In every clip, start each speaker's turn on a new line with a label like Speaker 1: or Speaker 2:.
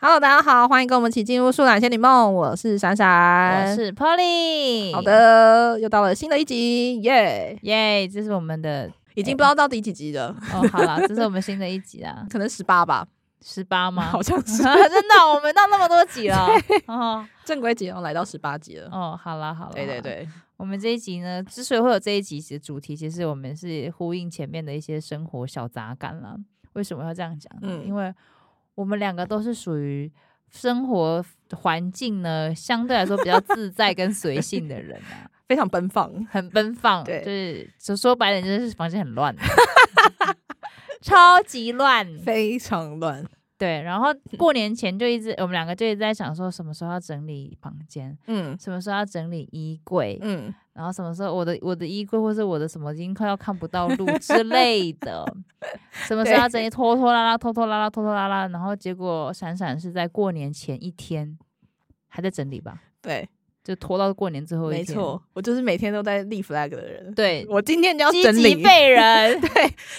Speaker 1: Hello，大家好，欢迎跟我们一起进入《树懒仙女梦》，我是闪闪，
Speaker 2: 我是 Polly。
Speaker 1: 好，的，又到了新的一集，耶、
Speaker 2: 耶，这是我们的
Speaker 1: 已经不知道到第几集了，
Speaker 2: 哦，好了，这是我们新的一集啦，
Speaker 1: 可能十八吧，
Speaker 2: 十八吗？
Speaker 1: 好像是
Speaker 2: 真的，我们到那么多集了。哦
Speaker 1: 正规集，然后来到十八集了。
Speaker 2: 哦，好了好了，
Speaker 1: 对对
Speaker 2: 好啦，
Speaker 1: 对，
Speaker 2: 我们这一集呢，之所以会有这一集的主题，其实我们是呼应前面的一些生活小杂感啦。为什么要这样讲呢？
Speaker 1: 嗯
Speaker 2: 因为我们两个都是属于生活环境呢相对来说比较自在跟随性的人啊。
Speaker 1: 非常奔放。
Speaker 2: 很奔放，
Speaker 1: 对
Speaker 2: 就是就说白了，就是房间 很乱，超级乱。
Speaker 1: 非常乱，
Speaker 2: 对，然后过年前就一直我们两个就一直在想说，什么时候要整理房间，
Speaker 1: 嗯
Speaker 2: 什么时候要整理衣柜，
Speaker 1: 嗯，
Speaker 2: 然后什么时候我的我的衣柜或是我的什么已经快要看不到路之类的，什么时候要整理拖拖拉拉拖拖拉拉拖拖拉拉，然后结果闪闪是在过年前一天还在整理吧，
Speaker 1: 对，
Speaker 2: 就拖到过年最后一
Speaker 1: 没
Speaker 2: 天，，
Speaker 1: 错，我就是每天都在立 flag 的人。
Speaker 2: 对，
Speaker 1: 我今天就要
Speaker 2: 积
Speaker 1: 整
Speaker 2: 极
Speaker 1: 理。
Speaker 2: 被人。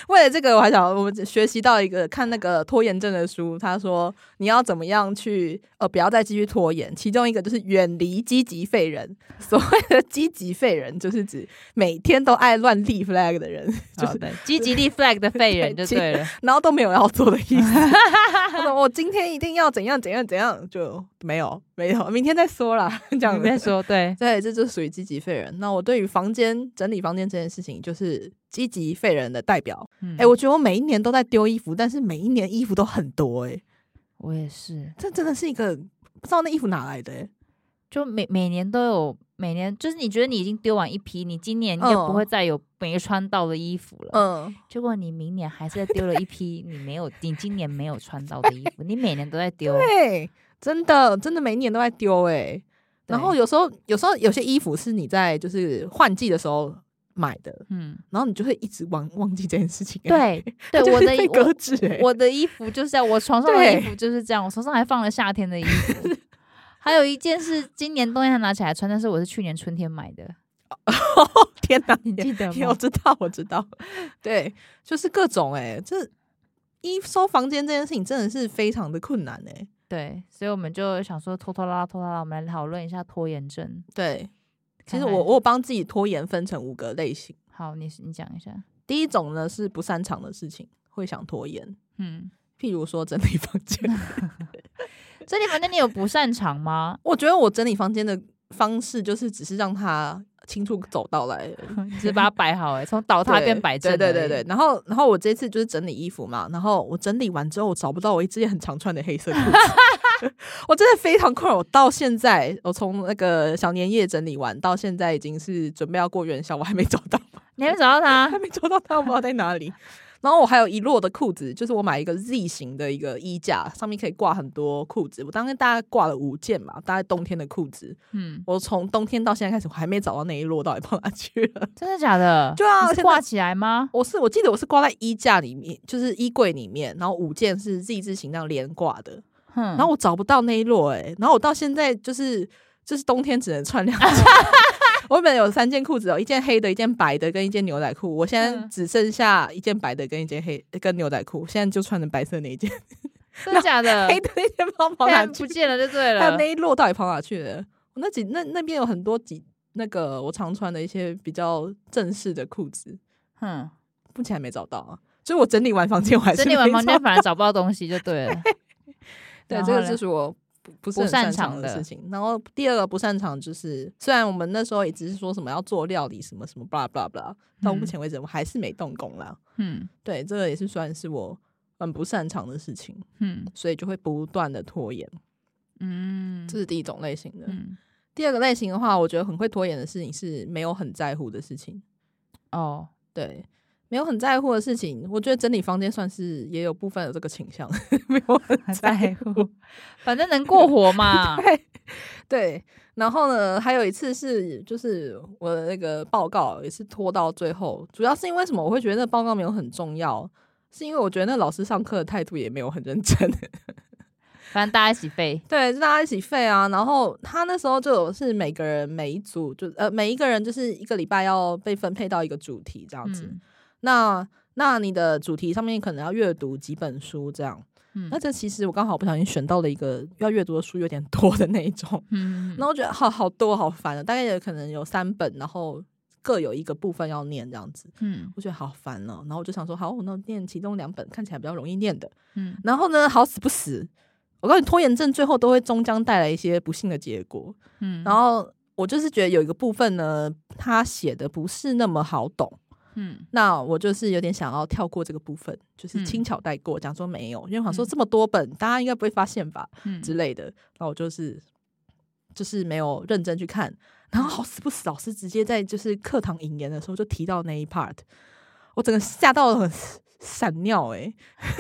Speaker 1: 为了这个，我还想我们学习到一个看那个拖延症的书，他说你要怎么样去呃不要再继续拖延。其中一个就是远离积极废人。所谓的积极废人，就是指每天都爱乱立 flag 的人， 就
Speaker 2: 好
Speaker 1: 是
Speaker 2: 的，积极力 flag 的废人就对了。
Speaker 1: 然后都没有要做的意思。他说我今天一定要怎样怎样怎样，就没有没有，明天再说啦，这样
Speaker 2: 你
Speaker 1: 子
Speaker 2: 别。说，对，
Speaker 1: 对，这就属于积极废人。那我对于房间整理房间这件事情，就是积极废人的代表。
Speaker 2: 嗯
Speaker 1: 哎、我觉得我每一年都在丢衣服，但是每一年衣服都很多、欸，哎，
Speaker 2: 我也是，
Speaker 1: 这真的是一个不知道那衣服哪来的、欸，
Speaker 2: 就每每年都有，每年就是你觉得你已经丢完一批，你今年应该
Speaker 1: 嗯
Speaker 2: 不会再有没穿到的衣服了。
Speaker 1: 嗯，
Speaker 2: 结果你明年还是丢了一批你没有，你今年没有穿到的衣 服，你每年都在丢。
Speaker 1: 对，真的真的每一年都在丢、欸，然后
Speaker 2: 对，
Speaker 1: 有时候有时候有些衣服是你在就是换季的时候买的，
Speaker 2: 嗯，
Speaker 1: 然后你就会一直忘忘记这件事情、欸，
Speaker 2: 对对，
Speaker 1: 就是
Speaker 2: 我的
Speaker 1: 被
Speaker 2: 衣
Speaker 1: 搁置、欸，
Speaker 2: 我我的衣服就是这样，我床上的
Speaker 1: 对
Speaker 2: 衣服就是这样，我床上还放了夏天的衣服。 还有一件是今年冬天还拿起来穿，但是我是去年春天买的，
Speaker 1: 天哪，
Speaker 2: 你记得
Speaker 1: 我
Speaker 2: 吗？
Speaker 1: 知道，我知道，对，就是各种哎、欸，这一收房间这件事情真的是非常的困难哎、欸，
Speaker 2: 对，所以我们就想说拖拖拉拉拖拖拉拉，我们来讨论一下拖延症。
Speaker 1: 对。其
Speaker 2: 看
Speaker 1: 实
Speaker 2: 看
Speaker 1: 我我有帮自己拖延分成五个类型。
Speaker 2: 好，你你讲一下。
Speaker 1: 第一种呢是不擅长的事情会想拖延，
Speaker 2: 嗯，
Speaker 1: 譬如说整理房间。？
Speaker 2: 这里反正你有不擅长吗
Speaker 1: 我觉得我整理房间的方式就是只是让它清楚走到来而已，
Speaker 2: 你只是把它摆好、欸，哎，从倒塌哦变摆正。
Speaker 1: 对对对对。，然后然后我这次就是整理衣服嘛，然后我整理完之后，我找不到我一件很常穿的黑色裤子。 我真的非常困扰，我到现在，我从那个小年夜整理完到现在，已经是准备要过元宵，我还没找到。
Speaker 2: 你还没找到 它
Speaker 1: 还没找到它，我不知道在哪里。 然后我还有一摞的裤子，就是我买一个 Z 型的一个衣架，上面可以挂很多裤子。我当天大概挂了五件嘛，大概冬天的裤子。
Speaker 2: 嗯，
Speaker 1: 我从冬天到现在开始，我还没找到那一摞到底跑哪去了。
Speaker 2: 真的假的？
Speaker 1: 对啊
Speaker 2: 你
Speaker 1: 现在
Speaker 2: 是挂起来吗？
Speaker 1: 我是我记得我是挂在衣架里面，就是衣柜里面，然后五件是 Z 字形那样连挂的，
Speaker 2: 哼，
Speaker 1: 然后我找不到那一摞哎、然后我到现在就是就是冬天只能穿 两件。 我本来有三件裤子哦，一件黑的，一件白的，跟一件牛仔裤。我现在
Speaker 2: 嗯
Speaker 1: 只剩下一件白的跟一件黑跟牛仔裤，现在就穿着白色那一件，
Speaker 2: 真的假的？
Speaker 1: 黑的那件 跑跑
Speaker 2: 现
Speaker 1: 哪
Speaker 2: 在
Speaker 1: 去
Speaker 2: 嗯不？见了就 对
Speaker 1: 还有
Speaker 2: 了。
Speaker 1: 那一摞到底跑哪去了？我那几那那边有很多几那个我常穿的一些比较正式的裤子，
Speaker 2: 哼，
Speaker 1: 目前还没找到啊。所以我整理完房间，我 还是
Speaker 2: 整理完
Speaker 1: 没
Speaker 2: 房
Speaker 1: 找
Speaker 2: 间反而找不到东西就 对了。
Speaker 1: 对，
Speaker 2: 然
Speaker 1: 这
Speaker 2: 后
Speaker 1: 个
Speaker 2: 嘞
Speaker 1: 就是我不不是
Speaker 2: 不
Speaker 1: 很
Speaker 2: 擅
Speaker 1: 擅长
Speaker 2: 长
Speaker 1: 的
Speaker 2: 的
Speaker 1: 事情。然后第二个不擅长就是，虽然我们那时候也只是说什么要做料理什么什么 blah blah blah，到目
Speaker 2: 嗯
Speaker 1: 前为止我还是没动工啦。
Speaker 2: 嗯
Speaker 1: 对，这个也是算是我很不擅长的事情，
Speaker 2: 嗯
Speaker 1: 所以就会不断的拖延，
Speaker 2: 嗯
Speaker 1: 这是第一种类型的。
Speaker 2: 嗯
Speaker 1: 第二个类型的话，我觉得很会拖延的事情是没有很在乎的事情。
Speaker 2: 哦，
Speaker 1: 对，没有很在乎的事情，我觉得整理房间算是也有部分有这个倾向， 没有很
Speaker 2: 还
Speaker 1: 在
Speaker 2: 在乎，反正能过活 嘛。
Speaker 1: 对，然后呢，还有一次是就是我的那个报告也是拖到最后，主要是因为什么？我会觉得那报告没有很重要，是因为我觉得那老师上课的态度也没有很认真。
Speaker 2: 反正大家一起背。
Speaker 1: 对，就大家一起废啊。然后他那时候就有是每个人每一组就呃每一个人就是一个礼拜要被分配到一个主题这样子。
Speaker 2: 嗯
Speaker 1: 那那你的主题上面可能要阅读几本书这样。
Speaker 2: 嗯
Speaker 1: 那这其实我刚好不小心选到了一个要阅读的书有点多的那一种，
Speaker 2: 嗯，
Speaker 1: 那我觉得好好多好烦啊，大概也可能有三本，然后各有一个部分要念这样子，
Speaker 2: 嗯
Speaker 1: 我觉得好烦哦、然后我就想说，好，我那念其中两本看起来比较容易念的，
Speaker 2: 嗯
Speaker 1: 然后呢，好死不死，我告诉你，拖延症最后都会终将带来一些不幸的结果。
Speaker 2: 嗯，
Speaker 1: 然后我就是觉得有一个部分呢，他写的不是那么好懂，
Speaker 2: 嗯
Speaker 1: 那我就是有点想要跳过这个部分，就是
Speaker 2: 嗯
Speaker 1: 轻巧带过，讲说没有，因为我想说
Speaker 2: 嗯
Speaker 1: 这么多本，大家应该不会发现吧
Speaker 2: 嗯
Speaker 1: 之类的。然后我就是就是没有认真去看，然后好死不死，老师直接在就是课堂引言的时候就提到那一 part，我整个吓到了很闪尿哎、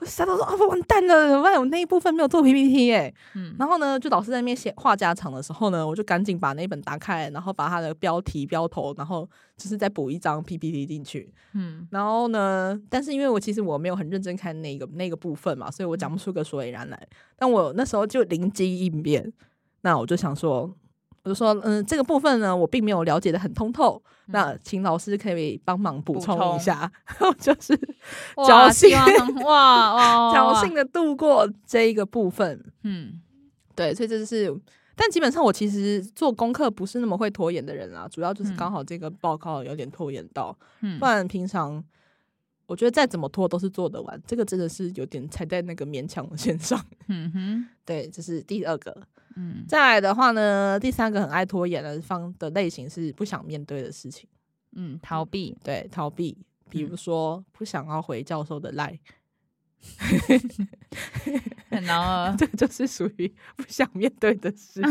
Speaker 1: 我吓到说啊完蛋了，怎么办？我那一部分没有做 PPT 哎、
Speaker 2: 嗯，
Speaker 1: 然后呢，就老师在那边写话家常的时候呢，我就赶紧把那一本打开，然后把它的标题、标头，然后就是再补一张 PPT 进去。
Speaker 2: 嗯
Speaker 1: 然后呢，但是因为我其实我没有很认真看那个那个部分嘛，所以我讲不出个所以然来。但我那时候就灵机应变，那我就想说，我就说，嗯，这个部分呢，我并没有了解的很通透，那请老师可以帮忙补
Speaker 2: 补
Speaker 1: 充
Speaker 2: 充
Speaker 1: 一下。 我就是
Speaker 2: 哇
Speaker 1: 侥幸
Speaker 2: 希望哇哇
Speaker 1: 侥幸，的度过这一个部分。
Speaker 2: 嗯
Speaker 1: 对，所以这就是，但基本上我其实做功课不是那么会拖延的人啦，主要就是刚好这个报告有点拖延到，
Speaker 2: 嗯
Speaker 1: 不，然平常我觉得再怎么拖都是做得完，这个真的是有点踩在那个勉强的线上。
Speaker 2: 嗯哼，
Speaker 1: 对，这是第二个。
Speaker 2: 嗯
Speaker 1: 再来的话呢，第三个很爱拖延的方的类型是不想面对的事情，
Speaker 2: 嗯，逃避，
Speaker 1: 对，逃避，比如说不想要回教授的赖，
Speaker 2: 然后
Speaker 1: 这就是属于 不想面对的事。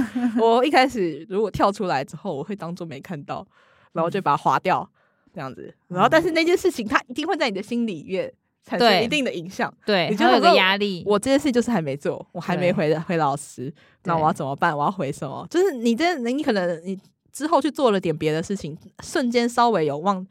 Speaker 1: 我一开始如果跳出来之后，我会当做没看到，然后就把它划掉，这样子。然后，但是那件事情它一定会在你的心里面产生
Speaker 2: 对
Speaker 1: 一定的影响。
Speaker 2: 对，
Speaker 1: 你就
Speaker 2: 还会有
Speaker 1: 想说
Speaker 2: 个压力，
Speaker 1: 我这件事就是还没做，我还没回回老师，那我要怎么办？我要回什么？就是你这你可能你之后去做了点别的事情，瞬间稍微有忘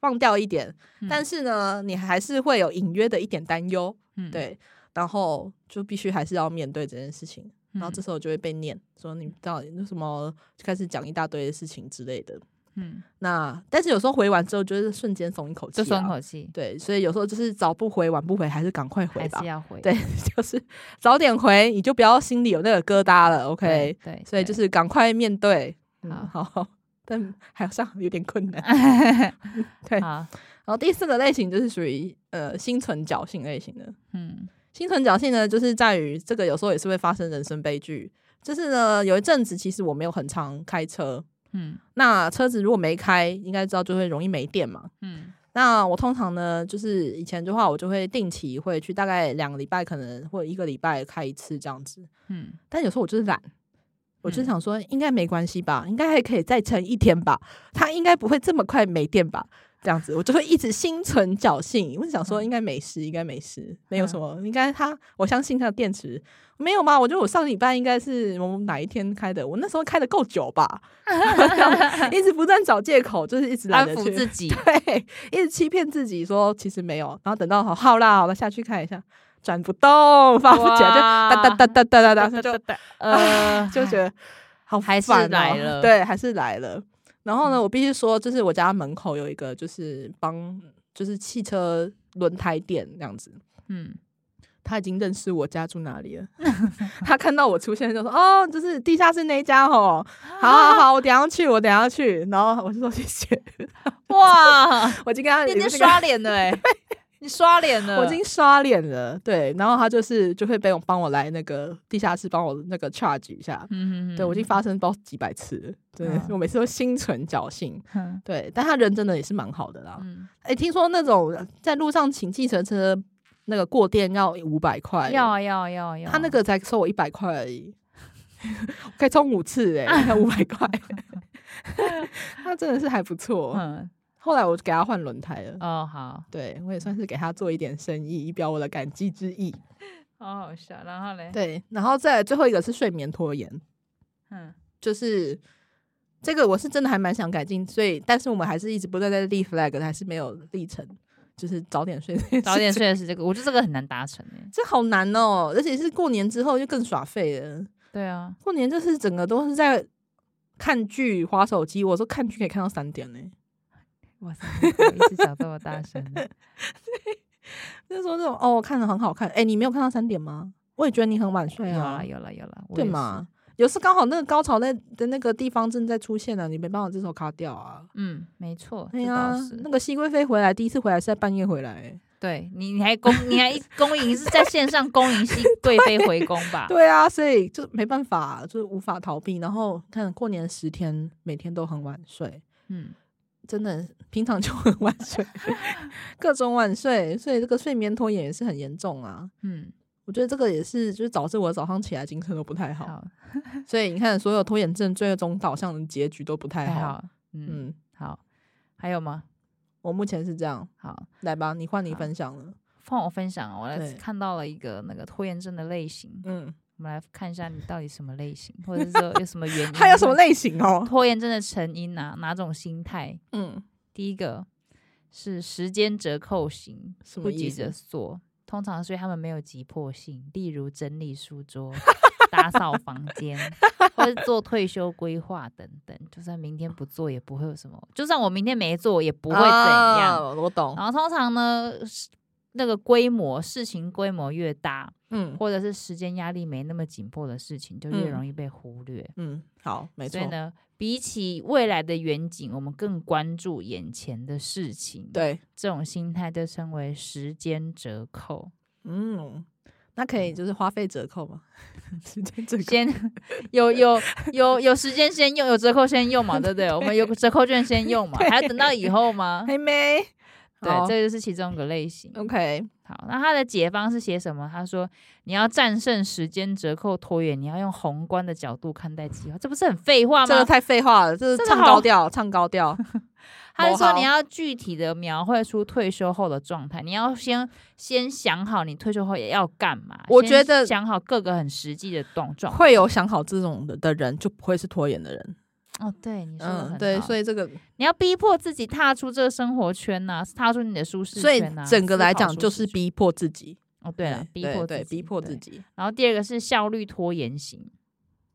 Speaker 1: 忘掉一点，
Speaker 2: 嗯
Speaker 1: 但是呢，你还是会有隐约的一点担忧。
Speaker 2: 嗯，
Speaker 1: 对，然后就必须还是要面对这件事情，
Speaker 2: 嗯，
Speaker 1: 然后这时候就会被念说你到底那什么，就开始讲一大堆的事情之类的。
Speaker 2: 嗯，
Speaker 1: 那但是有时候回完之后，就是瞬间松一口气、
Speaker 2: 就
Speaker 1: 啊，
Speaker 2: 松口气，
Speaker 1: 对，所以有时候就是早不回晚不回，还是赶快回
Speaker 2: 还
Speaker 1: 吧
Speaker 2: 是。要回，
Speaker 1: 对， 就是早点回，你就不要心里有那个疙瘩了。
Speaker 2: 对
Speaker 1: OK，
Speaker 2: 对，
Speaker 1: 所以就
Speaker 2: 对
Speaker 1: 是赶快面对。嗯，
Speaker 2: 好
Speaker 1: 好，但好像有点困难。
Speaker 2: 嗯
Speaker 1: 对，然
Speaker 2: 好，
Speaker 1: 后第四个类型就是属于呃心存侥幸类型的。
Speaker 2: 嗯
Speaker 1: 心存侥幸呢，就是在于这个有时候也是会发生人生悲剧。就是呢，有一阵子其实我没有很常开车，
Speaker 2: 嗯
Speaker 1: 那车子如果没开，应该知道就会容易没电嘛。
Speaker 2: 嗯
Speaker 1: 那我通常呢，就是以前的话，我就会定期会去大概两个礼拜，可能或一个礼拜开一次这样子。
Speaker 2: 嗯
Speaker 1: 但有时候我就是懒，我就想说应该没关系吧，应该还可以再撑一天吧，它应该不会这么快没电吧。这样子，我就会一直心存侥幸，我就想说
Speaker 2: 嗯
Speaker 1: 应该没事，应该没事，没有
Speaker 2: 嗯
Speaker 1: 什么，应该它，我相信它的电池没有吗？我觉得我上礼拜应该是我哪一天开的，我那时候开的够久 吧，一直不断找借口，就是一直懒
Speaker 2: 安
Speaker 1: 得
Speaker 2: 抚
Speaker 1: 去
Speaker 2: 自己，
Speaker 1: 对，一直欺骗自己说其实没有，然后等到好好啦，好了下去看一下，转不动，发不起来，就
Speaker 2: 哇
Speaker 1: 哒哒哒哒哒哒哒，就
Speaker 2: 呃，
Speaker 1: 就觉得好
Speaker 2: 还是
Speaker 1: 烦哦
Speaker 2: 来了嗯
Speaker 1: 对，还是来了。然后呢，我必须说，就是我家门口有一个就是帮就是汽车轮胎店那样子。
Speaker 2: 嗯
Speaker 1: 他已经认识我家住哪里了， 他看到我出现就说：“哦，就是地下室那一家哦，好好 好，我等一下去，我等一下去。”然后我就说谢谢，
Speaker 2: 哇，
Speaker 1: 我就跟他
Speaker 2: 你已
Speaker 1: 你
Speaker 2: 经
Speaker 1: 们这个
Speaker 2: 刷脸了哎、你刷脸了，
Speaker 1: 我已经刷脸了，对，然后他就是就会被我帮我来那个地下室帮我那个 charge 一下，
Speaker 2: 嗯，嗯嗯，
Speaker 1: 对我已经发生不知道几百次了，对、
Speaker 2: 嗯
Speaker 1: 我每次都心存侥幸，
Speaker 2: 嗯
Speaker 1: 对，但他人真的也是蛮好的啦。
Speaker 2: 嗯，
Speaker 1: 哎、听说那种在路上请计程车那个过电要五百块，
Speaker 2: 要啊要啊要啊要啊，
Speaker 1: 他那个才收我一百块而已，我可以充五次哎、欸，才五百 块，他真的是还不错。
Speaker 2: 嗯
Speaker 1: 后来我给他换轮胎了。
Speaker 2: 哦好，
Speaker 1: 对，我也算是给他做一点生意，以表我的感激之意。
Speaker 2: 好好笑，然后嘞，
Speaker 1: 对，然后再来最后一个是睡眠拖延，
Speaker 2: 嗯
Speaker 1: 就是这个我是真的还蛮想改进，所以但是我们还是一直不断在立 flag，还是没有立成，就是早点 睡，
Speaker 2: 早点，睡的是这个，我觉得这个很难达成哎、
Speaker 1: 这好难哦，而且是过年之后就更耍废了。
Speaker 2: 对啊，
Speaker 1: 过年就是整个都是在看剧、划手机，我说看剧可以看到三点呢、
Speaker 2: 哇塞，我一直讲这么大声的，
Speaker 1: 就是说这种哦，我看着很好看。哎、你没有看到三点吗？我也觉得你很晚睡
Speaker 2: 有
Speaker 1: 啊
Speaker 2: 啦，有啦有啦，我
Speaker 1: 对
Speaker 2: 也是？
Speaker 1: 嘛？有时刚好那个高潮在的那个地方正在出现了，你没办法这首卡掉啊。
Speaker 2: 嗯，没错，
Speaker 1: 哎
Speaker 2: 这
Speaker 1: 呀
Speaker 2: 倒是，
Speaker 1: 那个熹贵妃回来，第一次回来是在半夜回来、欸
Speaker 2: 对你你还恭你还一 恭迎是在线上恭迎熹贵妃回宫吧？
Speaker 1: 对啊，所以就没办法，就是无法逃避。然后看过年十天，每天都很晚睡，
Speaker 2: 嗯，
Speaker 1: 真的平常就很晚睡， 各种晚睡，所以这个睡眠拖延也是很严重啊。
Speaker 2: 嗯
Speaker 1: 我觉得这个也是，就是导致我早上起来精神都不太好，
Speaker 2: 好，
Speaker 1: 所以你看，所有拖延症最终导向的结局都不太
Speaker 2: 还
Speaker 1: 好。
Speaker 2: 好，嗯
Speaker 1: 嗯，
Speaker 2: 好，还有吗？
Speaker 1: 我目前是这样，
Speaker 2: 好，
Speaker 1: 来吧，你换你
Speaker 2: 好
Speaker 1: 分享了。
Speaker 2: 换我分享啊，我来
Speaker 1: 对
Speaker 2: 看到了一个那个拖延症的类型，
Speaker 1: 嗯，
Speaker 2: 我们来看一下你到底什么类型，或者是说有什么原 因，
Speaker 1: 还有什么类型哦？
Speaker 2: 拖延症的成因啊，哪种心态？
Speaker 1: 嗯，
Speaker 2: 第一个是时间折扣型，
Speaker 1: 什
Speaker 2: 不
Speaker 1: 么意
Speaker 2: 急着
Speaker 1: 思？
Speaker 2: 做，通常是因为他们没有急迫性，例如整理书桌、 打扫房间，或是做退休规划等等。就算明天不做，也不会有什么；就算我明天没做，也不
Speaker 1: 不
Speaker 2: 会怎样。
Speaker 1: 哦我懂。
Speaker 2: 然后通常呢，是那个规模事情规模越大，
Speaker 1: 嗯
Speaker 2: 或者是时间压力没那么紧迫的事情，就
Speaker 1: 嗯
Speaker 2: 越容易被忽略。
Speaker 1: 嗯，好，没
Speaker 2: 所
Speaker 1: 错
Speaker 2: 以。呢，比起未来的远景，我们更关注眼前的事情。，
Speaker 1: 对，
Speaker 2: 这种心态就称为时间折 扣。
Speaker 1: 嗯，那可以就是花费折扣 吗？时间折扣。
Speaker 2: 先有有有有时间先用，有折扣先用嘛，对不对？我们有折扣券先用嘛， 还要等到以后吗？
Speaker 1: 黑妹，
Speaker 2: 对，这就是其中一个类型。
Speaker 1: OK，
Speaker 2: 好，那他的解方是写什么？他说你要战胜时间折扣拖延，你要用宏观的角度看待计划，这不是很废话
Speaker 1: 这个
Speaker 2: 吗？
Speaker 1: 太废话了，这
Speaker 2: 这
Speaker 1: 是
Speaker 2: 个
Speaker 1: 唱
Speaker 2: 好
Speaker 1: 高调，唱高调。
Speaker 2: 他是
Speaker 1: 某
Speaker 2: 说
Speaker 1: 行
Speaker 2: 你要具体的描绘出退休后的状态，你要先先想好你退休后也要干嘛。
Speaker 1: 我
Speaker 2: 先
Speaker 1: 觉得
Speaker 2: 想好各个很实际的动状。
Speaker 1: 会有想好这种的的人，就不会是拖延的人。
Speaker 2: 哦，对，你说的很好、
Speaker 1: 嗯，对，所以这个，
Speaker 2: 你要逼迫自己踏出这个生活圈呐、踏出你的舒适
Speaker 1: 所以
Speaker 2: 圈呐、
Speaker 1: 整个
Speaker 2: 思考
Speaker 1: 来讲就
Speaker 2: 舒适
Speaker 1: 是
Speaker 2: 圈
Speaker 1: 逼迫自己。
Speaker 2: 哦，对了，逼迫
Speaker 1: 对
Speaker 2: 自己，
Speaker 1: 逼迫自
Speaker 2: 对。
Speaker 1: 己，
Speaker 2: 然后第二个是效率拖延型，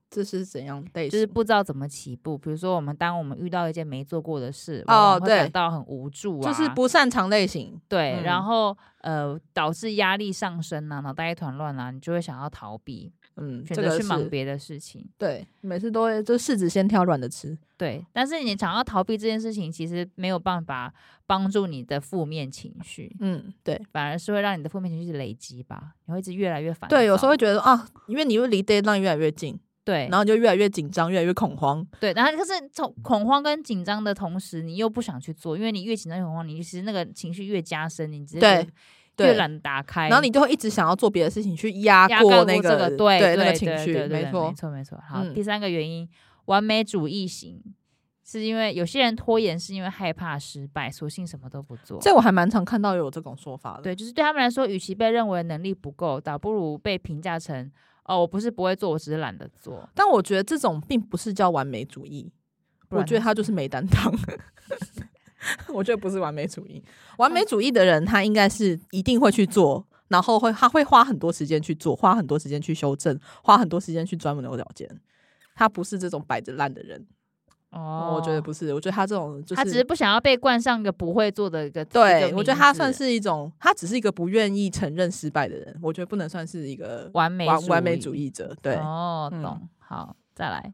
Speaker 1: 这是怎样类
Speaker 2: 就是
Speaker 1: 型？
Speaker 2: 不知道怎么起步。比如说，我们当我们遇到一件没做过的事，
Speaker 1: 哦
Speaker 2: 往往会
Speaker 1: 对
Speaker 2: 感到很无助啊，
Speaker 1: 就是不擅长类型。
Speaker 2: 对，
Speaker 1: 嗯
Speaker 2: 然后呃导致压力上升啊，脑袋一团乱啊，你就会想要逃避，
Speaker 1: 嗯，
Speaker 2: 选
Speaker 1: 这
Speaker 2: 择
Speaker 1: 个
Speaker 2: 去忙
Speaker 1: 是
Speaker 2: 别的事情。
Speaker 1: 对，每次都会就柿子先挑软的吃。
Speaker 2: 对，但是你想要逃避这件事情，其实没有办法帮助你的负面情绪，
Speaker 1: 嗯，对
Speaker 2: 反而是会让你的负面情绪累积吧，你会一直越来越烦躁。
Speaker 1: 对，有时候会觉得啊，因为你会离 deadline 越来越近，
Speaker 2: 对，
Speaker 1: 然后就越来越紧张，越来越恐慌。
Speaker 2: 对，然后可是从恐慌跟紧张的同时，你又不想去做，因为你越紧张越恐慌，你其实那个情绪越加深，你直接
Speaker 1: 对
Speaker 2: 觉得越
Speaker 1: 对，
Speaker 2: 懒得打开，
Speaker 1: 然后你就会一直想要做别的事情去压
Speaker 2: 压盖
Speaker 1: 那
Speaker 2: 过这
Speaker 1: 个
Speaker 2: 对
Speaker 1: 那个
Speaker 2: 对
Speaker 1: 情
Speaker 2: 对
Speaker 1: 绪
Speaker 2: 对，对
Speaker 1: 没
Speaker 2: 对
Speaker 1: 错
Speaker 2: 没。错没错。好，
Speaker 1: 嗯
Speaker 2: 第三个原因，完美主义型。是因为有些人拖延是因为害怕失败，索性什么都不做。
Speaker 1: 这我还蛮常看到有这种说法的。
Speaker 2: 对，就是对他们来说，与其被认为能力不够，倒不如被评价成哦，我不是不会做，我只是懒得做。
Speaker 1: 但我觉得这种并不是叫完美主义，
Speaker 2: 不
Speaker 1: 我
Speaker 2: 然
Speaker 1: 觉得他就是没担当。 我觉得不是完美主义，完
Speaker 2: 嗯
Speaker 1: 美主义的人他应该是一定会去做，然后会他会花很多时间去做，花很多时间去修正，花很多时间去钻牛角尖。他不是这种摆着烂的人，
Speaker 2: 哦，
Speaker 1: 我觉得不是，我觉得他这种就是
Speaker 2: 他只是不想要被冠上一个不会做的一个。一
Speaker 1: 对
Speaker 2: 个
Speaker 1: 我觉得
Speaker 2: 名
Speaker 1: 他
Speaker 2: 字
Speaker 1: 算是一种，他只是一个不愿意承认失败的人，我觉得不能算是一个
Speaker 2: 完美
Speaker 1: 完完美主。义者。对，
Speaker 2: 哦，
Speaker 1: 嗯
Speaker 2: 懂。好，再来。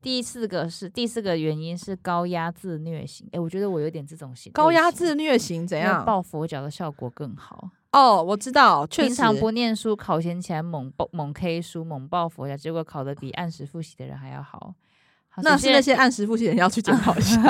Speaker 2: 第四个是第四个原因是高压自虐型。诶，我觉得我有点这种型。
Speaker 1: 高压自虐型怎
Speaker 2: 怎
Speaker 1: 样？
Speaker 2: 抱佛脚的效果更好。
Speaker 1: 哦，我知道，确
Speaker 2: 平
Speaker 1: 实
Speaker 2: 常不念书，考前起来猛爆猛 K 书，猛抱佛脚，结果考得比按时复习的人还要好。好
Speaker 1: 那
Speaker 2: 有
Speaker 1: 是那
Speaker 2: 人
Speaker 1: 些按时复习的人要去检讨一下。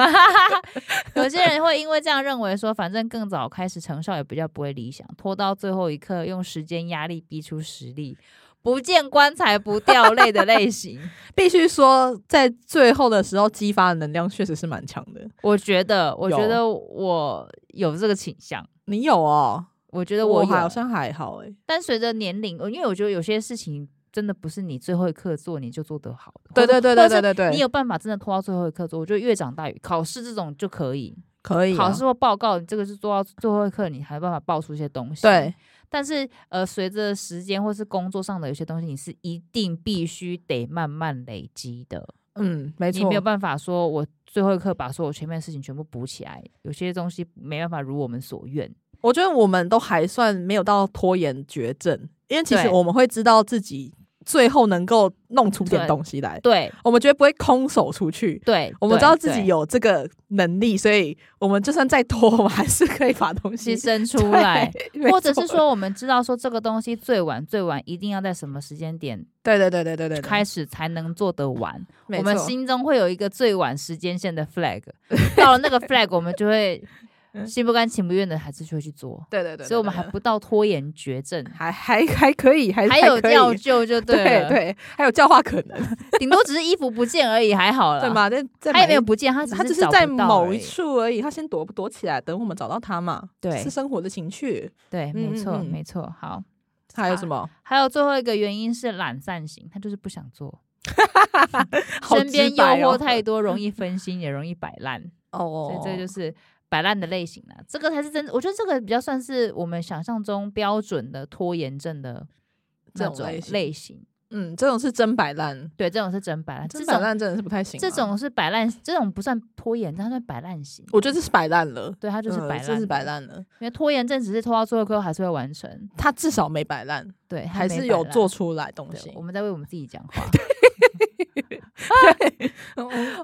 Speaker 2: 有些人会因为这样认为说，反正更早开始成效也比较不会理想，拖到最后一刻，用时间压力逼出实力，不见棺材不掉泪的类型。
Speaker 1: 必须说，在最后的时候激发的能量确实是蛮强的。
Speaker 2: 我觉得，我觉
Speaker 1: 有
Speaker 2: 得我有这个倾向。你
Speaker 1: 你有哦？
Speaker 2: 我觉
Speaker 1: 觉
Speaker 2: 得我有，
Speaker 1: 好像还好哎、
Speaker 2: 但随着年龄，呃因为我觉得有些事情真的不是你最后一刻做你就做得好的。
Speaker 1: 对
Speaker 2: 或者
Speaker 1: 对对对
Speaker 2: 或者是
Speaker 1: 对对对，
Speaker 2: 你有办法真的拖到最后一刻做，我觉得越长大越考试这种就可以，
Speaker 1: 可以啊、
Speaker 2: 考试或报告，你这个是做到最后一刻，你还有办法爆出一些东西。
Speaker 1: 对，
Speaker 2: 但是呃，随着时间或是工作上的有些东西，你是一定必须得慢慢累积的。
Speaker 1: 嗯，没
Speaker 2: 你
Speaker 1: 错
Speaker 2: 没有。办法说我最后一刻把所有前面的事情全部补起来，有些东西没办法如我们所愿。
Speaker 1: 我觉得我们都还算没有到拖延绝症，因为其实
Speaker 2: 对
Speaker 1: 我们会知道自己最后能够弄出点
Speaker 2: 对
Speaker 1: 东西来，
Speaker 2: 对
Speaker 1: 我们绝对不会空手出去。
Speaker 2: 对，
Speaker 1: 我们
Speaker 2: 对
Speaker 1: 知道自己
Speaker 2: 对
Speaker 1: 有这个能力，所以我们就算再拖，我们还是可以把东西
Speaker 2: 牺 牲出来，，
Speaker 1: 对 没
Speaker 2: 或者
Speaker 1: 错
Speaker 2: 是说我们知道说这个东西最晚最晚一定要在什么时间点
Speaker 1: 对对对对对对，对
Speaker 2: 开始才能做得完，
Speaker 1: 没
Speaker 2: 我们
Speaker 1: 错
Speaker 2: 心中会有一个最晚时间线的 flag，到了那个 flag 我们就会
Speaker 1: 嗯
Speaker 2: 心不甘情不愿的还是会去做，
Speaker 1: 对对对对，
Speaker 2: 所以我们
Speaker 1: 对
Speaker 2: 还
Speaker 1: 对
Speaker 2: 不到拖延绝症。
Speaker 1: 还还还可以，还
Speaker 2: 还有
Speaker 1: 可以
Speaker 2: 药救就对
Speaker 1: 对
Speaker 2: 了，
Speaker 1: 对，还有教化可 能，
Speaker 2: 顶多只是衣服不见而已，还好了，
Speaker 1: 对？吗？但在
Speaker 2: 他也没有
Speaker 1: 某
Speaker 2: 不见，他
Speaker 1: 一，他只
Speaker 2: 只
Speaker 1: 是
Speaker 2: 找不
Speaker 1: 在
Speaker 2: 到
Speaker 1: 某
Speaker 2: 而
Speaker 1: 一
Speaker 2: 已
Speaker 1: 处而已，他先躲躲起来，等我们找到他嘛。
Speaker 2: 对
Speaker 1: 是生活的情趣，
Speaker 2: 对，
Speaker 1: 嗯
Speaker 2: 没
Speaker 1: 嗯
Speaker 2: 错，
Speaker 1: 嗯
Speaker 2: 没错。好，
Speaker 1: 还有什么？
Speaker 2: 还有最后一个原因是懒散型，他就是不想做，
Speaker 1: 好
Speaker 2: 身边
Speaker 1: 直
Speaker 2: 诱
Speaker 1: 白哦
Speaker 2: 惑太 多，容易分心，也容易摆烂，
Speaker 1: 哦
Speaker 2: 所以，这个就是摆烂的类型啦。这个才是真，我觉得这个比较算是我们想象中标准的拖延症的那
Speaker 1: 这种类型
Speaker 2: 类型。
Speaker 1: 嗯，这种是真摆烂，
Speaker 2: 对，这种是真摆烂，啊这
Speaker 1: 真摆
Speaker 2: 种
Speaker 1: 烂真的是不太行啊。
Speaker 2: 这种是摆烂，这种不算拖延，它算摆烂型。
Speaker 1: 我觉得这是摆烂了，
Speaker 2: 对，它就是
Speaker 1: 嗯
Speaker 2: 摆烂，
Speaker 1: 哦这是摆，烂了。
Speaker 2: 因为拖延症只是拖到最后一刻还是会完成，
Speaker 1: 他至少没摆烂，
Speaker 2: 对，它
Speaker 1: 还
Speaker 2: 没
Speaker 1: 是
Speaker 2: 摆
Speaker 1: 有
Speaker 2: 烂
Speaker 1: 做出来东
Speaker 2: 对
Speaker 1: 西
Speaker 2: 我。们在为我们 自己讲话，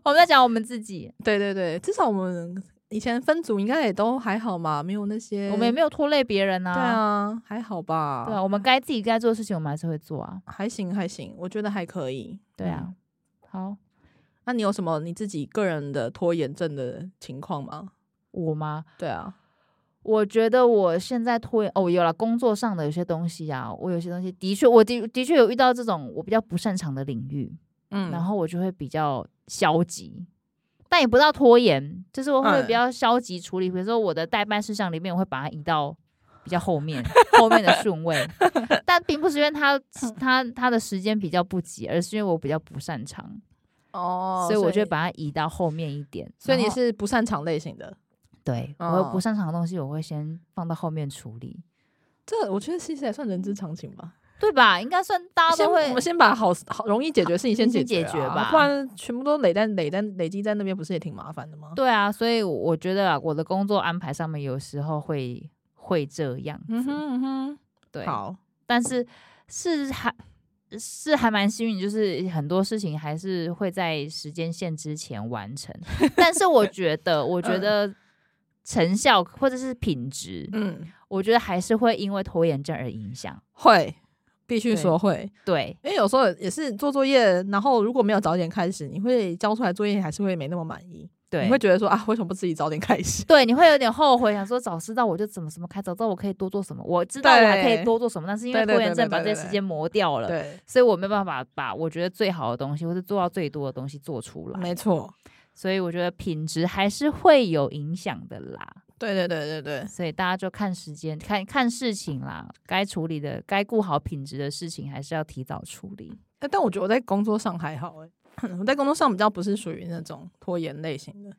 Speaker 2: 我们在讲我们自己，
Speaker 1: 哦对对对，至少我们以前分组应该也都还好嘛，没有那些
Speaker 2: 我们也没有拖累别人
Speaker 1: 对
Speaker 2: 啊。
Speaker 1: 啊，还好吧。
Speaker 2: 对啊，我们该自己该做的事情，我们还是会做啊。
Speaker 1: 还行还行，我觉得还可以。
Speaker 2: 对
Speaker 1: 嗯，
Speaker 2: 啊，好，
Speaker 1: 那你有什么你自己个人的拖延症的情况吗？
Speaker 2: 我吗？
Speaker 1: 对啊，
Speaker 2: 我觉得我现在拖延哦，有了工作上的有些东西啊，我有些东西的确，我的的确有遇到这种我比较不擅长的领域，
Speaker 1: 嗯
Speaker 2: 然后我就会比较消极，但也不到拖延，就是我会
Speaker 1: 嗯
Speaker 2: 比较消极处理。比如说我的代办事项里面，我会把它移到比较后面后面的顺 位，但并不是因为它它它的时间比较不急，而是因为我比较不擅长，
Speaker 1: 哦
Speaker 2: 所以我就会把它移到后面一点。
Speaker 1: 所以你
Speaker 2: 然后
Speaker 1: 是不擅长类型的，
Speaker 2: 对，我会
Speaker 1: 哦
Speaker 2: 不擅长的东西，我会先放到后面处理。
Speaker 1: 这我觉得其实也算人之常情吧。
Speaker 2: 对吧？应该算大家
Speaker 1: 先
Speaker 2: 都会
Speaker 1: 我们先把好好容易解决的事情
Speaker 2: 先
Speaker 1: 解
Speaker 2: 解
Speaker 1: 决
Speaker 2: 决
Speaker 1: 啊
Speaker 2: 吧
Speaker 1: 不然全部都累在累在累积在那边，不是也挺麻烦的吗？
Speaker 2: 对啊，所以我觉得啊我的工作安排上面有时候会会这样子，
Speaker 1: 嗯哼嗯
Speaker 2: 对
Speaker 1: 哼，。好，
Speaker 2: 但是是还是还蛮幸运，就是很多事情还是会在时间线之前 完成。但是我觉得，我觉得成效或者是品质，
Speaker 1: 嗯，
Speaker 2: 我觉得还是会因为拖延症而影响。
Speaker 1: 会。必须
Speaker 2: 对
Speaker 1: 说会，
Speaker 2: 对
Speaker 1: 因为有时候也是做作业，然后如果没有早点开始，你会交出来作业还是会没那么满意，
Speaker 2: 对，
Speaker 1: 你会觉得说啊，为什么不自己早点开始？
Speaker 2: 对，你会有点后悔，想说早知道我就怎么什么开，早知道我可以多做什么，我知道我还可以
Speaker 1: 对
Speaker 2: 多做什么，但是因
Speaker 1: 对
Speaker 2: 为
Speaker 1: 对
Speaker 2: 拖
Speaker 1: 对
Speaker 2: 延
Speaker 1: 对
Speaker 2: 症把
Speaker 1: 对
Speaker 2: 这些
Speaker 1: 对
Speaker 2: 时间磨掉了，
Speaker 1: 对，
Speaker 2: 所以我没办法把我觉得最好的东西或者做到最多的东西做出 来，
Speaker 1: 没错，
Speaker 2: 所以我觉得品质还是会有影响的啦。
Speaker 1: 对对对对对，
Speaker 2: 所以大家就看时间，看看事情啦，该处理的、该顾好品质的事情，还是要提早处 理。
Speaker 1: 欸但我觉得我在工作上还好、欸，我在工作上比较不是属于那种拖延类型的，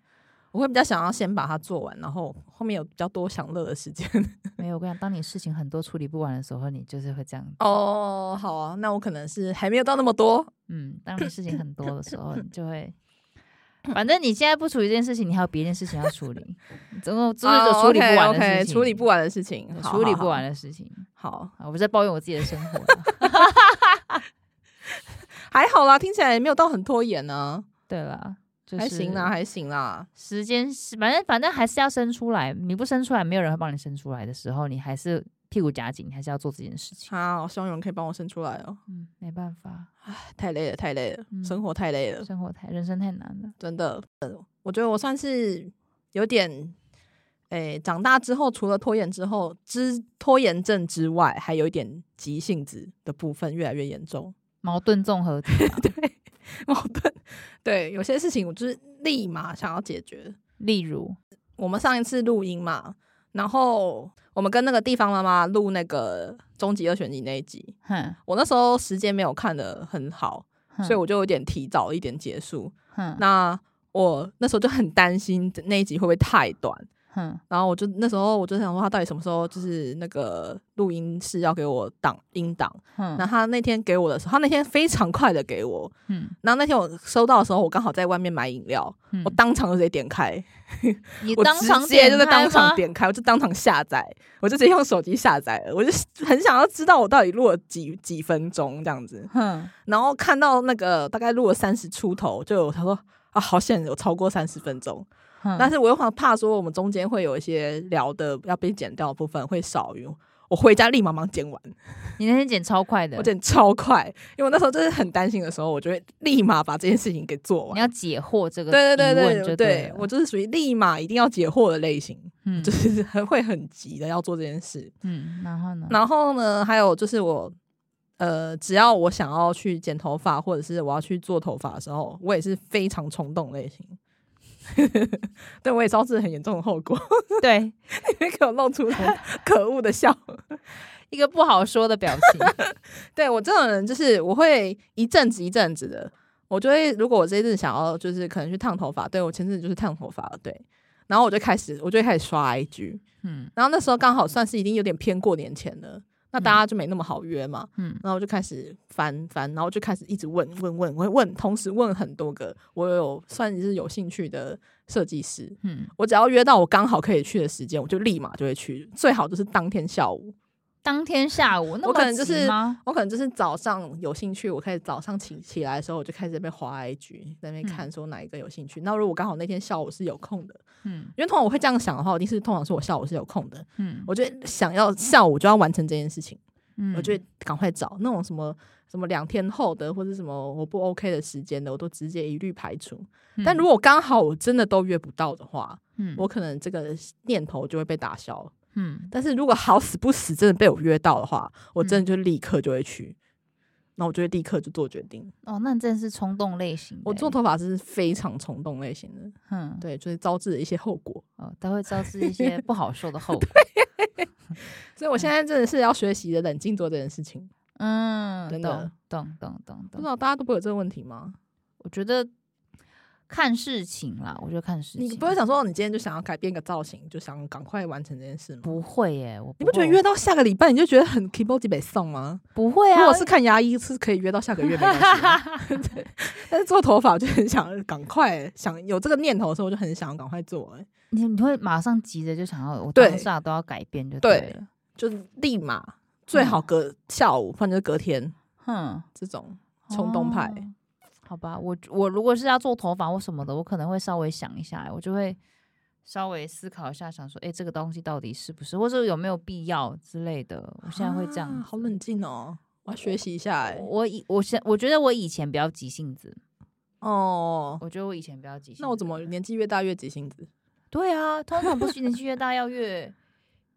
Speaker 1: 我会比较想要先把它做完，然后后面有比较多享乐的时间。
Speaker 2: 没有，我跟你讲，当你事情很多处理不完的时候，你就是会这样。
Speaker 1: 哦，好啊，那我可能是还没有到那么多，
Speaker 2: 嗯，当你事情很多的时候，你 就会，反正你现在不处理这件事情，你还有别件事情要处理，你总共就是有处理不完
Speaker 1: o
Speaker 2: 的
Speaker 1: k
Speaker 2: 事情，
Speaker 1: 哦处理不完的事情
Speaker 2: 对，
Speaker 1: 好
Speaker 2: 处理不。
Speaker 1: 好
Speaker 2: 完的事情。
Speaker 1: 好好，
Speaker 2: 啊，我在抱怨我自己的生活啦。
Speaker 1: 还好啦，听起来也没有到很拖延呢、
Speaker 2: 对 啦，就
Speaker 1: 还行啦，
Speaker 2: 是
Speaker 1: 还行啦。
Speaker 2: 时间是，反正反正还是要生出来，你不生出来，没有人会帮你生出来的时候，你还是屁股夹紧，你还是要做这件事情。
Speaker 1: 好，希望有人可以帮我生出来哦，
Speaker 2: 嗯，没办法，
Speaker 1: 太累了，太累了，
Speaker 2: 嗯
Speaker 1: 生活太累了。
Speaker 2: 生活太人生太难了。
Speaker 1: 真的，呃我觉得我算是有点，诶、长大之后除了拖延之后之拖延症之外，还有一点急性子的部分越来越严重，
Speaker 2: 矛盾综合体吧
Speaker 1: 矛盾。对，有些事情我就是立马想要解决。
Speaker 2: 例如，
Speaker 1: 我们上一次录音嘛，然后我们跟那个地方妈妈录那个终极二选一那一集，
Speaker 2: 哼，
Speaker 1: 我那时候时间没有看得很好，
Speaker 2: 哼
Speaker 1: 所以我就有点提早一点结束。
Speaker 2: 哼
Speaker 1: 那我那时候就很担心那一集会不会太短，
Speaker 2: 哼，
Speaker 1: 然后我就那时候我就想说，他到底什么时候就是那个录音室要给我档音档？
Speaker 2: 哼
Speaker 1: 那他那天给我的时候，他那天非常快的给我，
Speaker 2: 嗯
Speaker 1: 然后那天我收到的时候，我刚好在外面买饮料，
Speaker 2: 嗯
Speaker 1: 我当场就直接点开，
Speaker 2: 你
Speaker 1: 我
Speaker 2: 当
Speaker 1: 直
Speaker 2: 场
Speaker 1: 接
Speaker 2: 点
Speaker 1: 就在当
Speaker 2: 开
Speaker 1: 场
Speaker 2: 吗，
Speaker 1: 点开，我就当场下载，我就直接用手机下载了，我就很想要知道我到底录了几几分钟这样子，
Speaker 2: 哼，
Speaker 1: 然后看到那个大概录了三十出头，就有他说啊，好险有超过三十分钟，
Speaker 2: 哼
Speaker 1: 但是我又怕怕说我们中间会有一些聊的要被剪掉的部分会少于。我回家立马忙剪完，
Speaker 2: 你那天剪超快的
Speaker 1: 我，剪超快，因为我那时候就是很担心的时候，我就会立马把这件事情给做完
Speaker 2: 你。要解惑这个
Speaker 1: 对对
Speaker 2: 疑问
Speaker 1: 对
Speaker 2: 就
Speaker 1: 对
Speaker 2: 对
Speaker 1: 对
Speaker 2: 了，，
Speaker 1: 我就是属于立马一定要解惑的类型，
Speaker 2: 嗯
Speaker 1: 就是很会很急的要做这件事。
Speaker 2: 嗯，然后呢？
Speaker 1: 然后呢，还有就是我呃，只要我想要去剪头发或者是我要去做头发的时候，我也是非常冲动类型。 对，我也招致很严重的后果，
Speaker 2: 对，
Speaker 1: 给我露出来可恶的笑。
Speaker 2: 一个不好说的表情，
Speaker 1: 对我这种人，就是我会一阵子一阵子的，我就会如果我这一阵子想要就是可能去烫头发，对我前阵子就是烫头发了，对，然后我就开始我就会开始刷 IG，
Speaker 2: 嗯
Speaker 1: 然后那时候刚好算是已经有点偏过年前了，那大家就没那么好约嘛，
Speaker 2: 嗯
Speaker 1: 然后我就开始翻翻，然后就开始一直问问问，我会问，同时问很多个我有算是有兴趣的设计师，
Speaker 2: 嗯，
Speaker 1: 我只要约到我刚好可以去的时间，我就立马就会去，最好就是当天下午，
Speaker 2: 当天下午那
Speaker 1: 我
Speaker 2: 么
Speaker 1: 可能就是
Speaker 2: 急吗？
Speaker 1: 我可能就是早上有兴趣，我开始早上起起来的时候，我就开始在那边滑 IG，在那边看说哪一个有兴趣。那如果刚好那天下午是有空的，
Speaker 2: 嗯
Speaker 1: 因为通常我会这样想的话，我一定是通常是我下午是有空的，
Speaker 2: 嗯，
Speaker 1: 我就想要下午就要完成这件事情，
Speaker 2: 嗯
Speaker 1: 我就赶快找那种什么什么两天后的或者什么我不 OK 的时间的，我都直接一律排除。但如
Speaker 2: 果
Speaker 1: 果刚好我真的都约不到的话，
Speaker 2: 嗯
Speaker 1: 我可能这个念头就会被打消。
Speaker 2: 嗯
Speaker 1: 但是如果好死不死真的被我约到的话，我真的就立刻就会去，那、我就会立刻就做决定。
Speaker 2: 哦，那你真的是冲动类型的欸，
Speaker 1: 我做头发是非常冲动类型的，
Speaker 2: 嗯
Speaker 1: 对，就是招致了一些后果。
Speaker 2: 哦，它会招致一些不好 受的后果。
Speaker 1: 所以我现在真的是要学习的冷静做这件事情。
Speaker 2: 嗯，
Speaker 1: 真
Speaker 2: 懂
Speaker 1: 的
Speaker 2: 懂懂懂
Speaker 1: 不知
Speaker 2: 懂。
Speaker 1: 道大家都不会有这个问题吗？
Speaker 2: 我觉得看事情啦，我觉得看事情。
Speaker 1: 你不会想说哦你今天就想要改变个造型，就想赶快完成这件事吗？
Speaker 2: 不会耶、我
Speaker 1: 你不
Speaker 2: 不
Speaker 1: 觉得
Speaker 2: 会
Speaker 1: 约到下个礼拜你就觉得很 k e y b o a r d 北送吗？
Speaker 2: 不会啊？
Speaker 1: 如果是看牙医是可以约到下个月没关系啊， 对但是做头发我就很想赶快想有这个念头的时候，我就很想赶快做、欸，
Speaker 2: 你你会马上急着就想要，我
Speaker 1: 对
Speaker 2: 当下都要改变就
Speaker 1: 对
Speaker 2: 了。
Speaker 1: 就是立马最好
Speaker 2: 嗯
Speaker 1: 隔下午，或者是隔天
Speaker 2: 哼，
Speaker 1: 这种冲动派。
Speaker 2: 哦好吧，我我如果是要做头发或什么的，我可能会稍微想一下，我就会稍微思考一下，想说，哎、这个东西到底是不是，或者有没有必要之类的。我现在会这样
Speaker 1: 啊
Speaker 2: 子。
Speaker 1: 好冷静哦，我要学习一下、欸。
Speaker 2: 我以我现我觉得我以前比较急性子，
Speaker 1: 哦，
Speaker 2: 我觉得我以前比较急性子。
Speaker 1: 那我怎么年纪越大越急性子？
Speaker 2: 对啊？通常不是年纪越大要越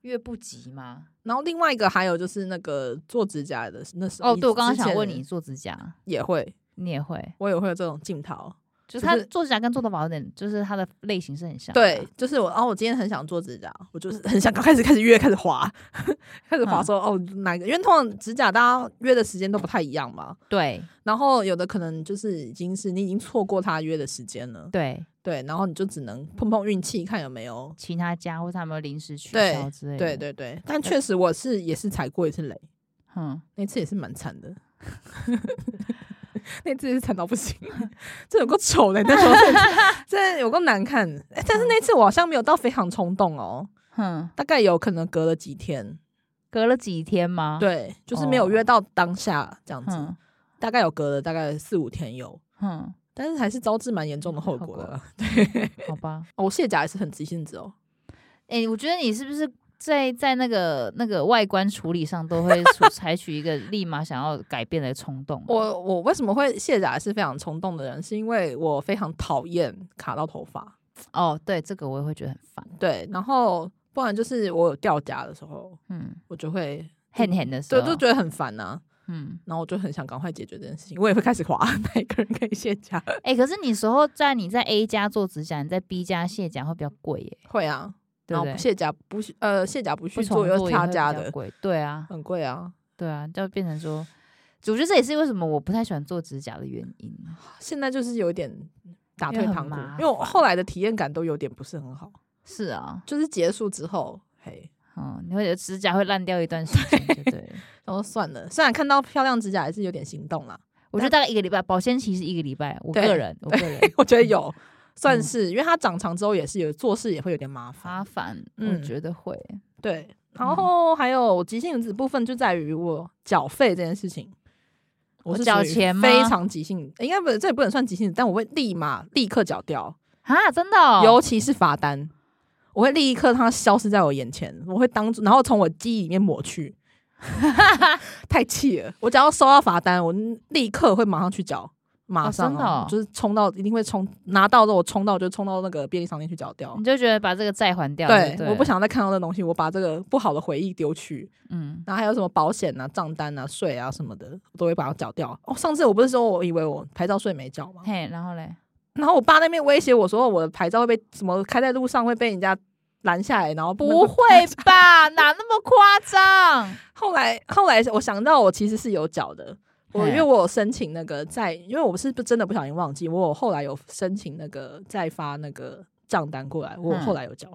Speaker 2: 越不急 吗？
Speaker 1: 然后另外一个还有就是那个做指甲的，那时候
Speaker 2: 哦，对，我刚刚
Speaker 1: 之前
Speaker 2: 想问你做指甲，
Speaker 1: 也会，
Speaker 2: 你也会，
Speaker 1: 我也会有这种镜头。
Speaker 2: 就是它
Speaker 1: 就是
Speaker 2: 做指甲跟做头发有点，就是它的类型是很像的啊。
Speaker 1: 对，就是我，然、哦后我今天很想做指甲，我就是 很想开始开始约，开始滑， 开始滑
Speaker 2: 嗯
Speaker 1: 说、哦哪个，因为通常指甲大家约的时间都不太一样嘛，
Speaker 2: 对
Speaker 1: 然后有的可能就是已经是你已经错过他约的时间了，
Speaker 2: 对，
Speaker 1: 对，然后你就只能碰碰运气，看有没有。
Speaker 2: 其他家或者他们临时取
Speaker 1: 对
Speaker 2: 消之类的。
Speaker 1: 对，对对，但确实我是也是踩过一次雷，
Speaker 2: 嗯，
Speaker 1: 那次也是蛮惨的， 那次也是惨到不 行，这有够丑的，那时候真真的有够难看。哎但是那次我好像没有到非常冲动哦，
Speaker 2: 哼，
Speaker 1: 大概有可能隔了几天，
Speaker 2: 隔了几天吗？，
Speaker 1: 对，就是没有约到当下这样子，
Speaker 2: 哼
Speaker 1: 大概有隔了大概四五天有，
Speaker 2: 哼，
Speaker 1: 但是还是招致蛮严重的嗯后果
Speaker 2: 后
Speaker 1: 的
Speaker 2: 果。好 吧。
Speaker 1: 哦我卸甲也是很急性子哦，
Speaker 2: 哎、我觉得你是不是在在那个那个外观处理上都会 处采取一个立马想要改变的冲动啊？
Speaker 1: 我我为什么会卸甲是非常冲动的人，是因为我非常讨厌卡到头发，
Speaker 2: 哦，对，这个我也会觉得很烦。
Speaker 1: 对，然后不然就是我有掉甲的时候，
Speaker 2: 嗯，
Speaker 1: 我就会
Speaker 2: 很很的时
Speaker 1: 对
Speaker 2: 候，
Speaker 1: 就觉得很烦呐、
Speaker 2: 嗯，
Speaker 1: 然后我就很想赶快解决这件事情，我也会开始滑 哪一个人可以卸甲，
Speaker 2: 哎、可是你时候在你在 A 家做指甲，你在 B 家卸甲会比较贵耶、
Speaker 1: 会啊，
Speaker 2: 对
Speaker 1: 然
Speaker 2: 不
Speaker 1: 后
Speaker 2: 对
Speaker 1: 不？卸甲不许呃卸甲不
Speaker 2: 不
Speaker 1: 去
Speaker 2: 重
Speaker 1: 做又
Speaker 2: 做
Speaker 1: 是
Speaker 2: 也
Speaker 1: 他
Speaker 2: 会比
Speaker 1: 家
Speaker 2: 较
Speaker 1: 的，
Speaker 2: 贵，对啊，
Speaker 1: 很贵啊，
Speaker 2: 对啊，就变成说，我觉得这也是为什么我不太喜欢做指甲的原因。
Speaker 1: 现在就是有一点打
Speaker 2: 因
Speaker 1: 退
Speaker 2: 为很
Speaker 1: 堂鼓
Speaker 2: 麻，
Speaker 1: 因为我后来的体验感都有点不是很好。
Speaker 2: 是啊，
Speaker 1: 就是结束之后，嘿，
Speaker 2: 嗯，你会觉得指甲会烂掉一段时间，就 对了。
Speaker 1: 然后算了，虽然看到漂亮指甲还是有点心动啦，
Speaker 2: 我觉得大概一个礼拜，保鲜期是一个礼拜。我
Speaker 1: 对
Speaker 2: 个人，我个人
Speaker 1: 我觉得有
Speaker 2: 嗯
Speaker 1: 算是，因为它长长之后也是有做事也会有点麻烦，
Speaker 2: 麻烦，我
Speaker 1: 嗯
Speaker 2: 觉得会。
Speaker 1: 对。然
Speaker 2: 嗯
Speaker 1: 后还有急性子部分就在于我缴费这件事情，我是
Speaker 2: 缴
Speaker 1: 属于
Speaker 2: 钱吗
Speaker 1: 非常急性，应该不这也不能算急性子，但我会立马立刻缴掉。
Speaker 2: 啊，真的、哦、
Speaker 1: 尤其是罚单，我会立刻它消失在我眼前，我会当然后从我记忆里面抹 去。太气了！我只要收到罚单，我立刻会马上去缴，马上、
Speaker 2: 哦真的哦
Speaker 1: 就是冲到一定会冲拿到之后，我冲到就冲到那个便利商店去缴掉
Speaker 2: 你。就觉得把这个债还掉，对
Speaker 1: 对
Speaker 2: 不，嗯对，
Speaker 1: 我不，想再看到那东西，我把这个不好的回忆丢去。
Speaker 2: 嗯，
Speaker 1: 然后还有什么保险啊、账单啊、税啊什么的，我都会把它缴掉。哦，上次我不是说我以为我牌照税没缴吗？
Speaker 2: 嘿，然后嘞，
Speaker 1: 然后我爸那边威胁我说，我的牌照会被什么开在路上会被人家拦下来，然后那
Speaker 2: 不
Speaker 1: 个
Speaker 2: 会吧，哪那么夸张？
Speaker 1: 后来后来我想到，我其实是有缴的，我
Speaker 2: 嘿
Speaker 1: 因为我有申请那个在，因为我是不真的不小心忘记，我有后来有申请那个再发那个账单过来，我
Speaker 2: 嗯
Speaker 1: 后来有缴。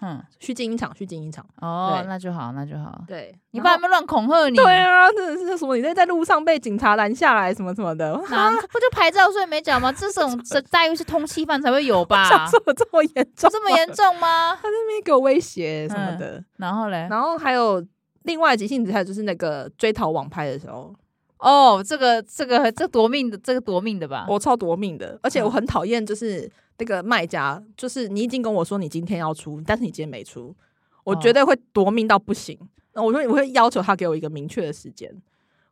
Speaker 2: 嗯，
Speaker 1: 去精英厂，去精英厂。
Speaker 2: 哦，
Speaker 1: 对
Speaker 2: 那就好，那就好。
Speaker 1: 对，
Speaker 2: 你
Speaker 1: 你
Speaker 2: 爸
Speaker 1: 爸
Speaker 2: 有没有乱恐吓你？
Speaker 1: 对啊，真的是什么？你在在路上被警察拦下来，什么什么的。我
Speaker 2: 哪不就牌照税没缴吗？这 种这待遇是通缉犯才会有吧
Speaker 1: 想？说有这么严重吗，
Speaker 2: 这么严嗯重 吗？
Speaker 1: 他那边给我威胁什么的。
Speaker 2: 然后嘞，
Speaker 1: 然后还有另外急性子，还有就是那个追讨网拍的时候，
Speaker 2: 哦，这个这个这夺命的，这个夺命的吧？
Speaker 1: 我超夺命的，而且我很讨厌就是那个卖家，就是你已经跟我说你今天要出，但是你今天没出，我
Speaker 2: 哦
Speaker 1: 绝对会夺命到不行。那我会我会要求他给我一个明确的时间，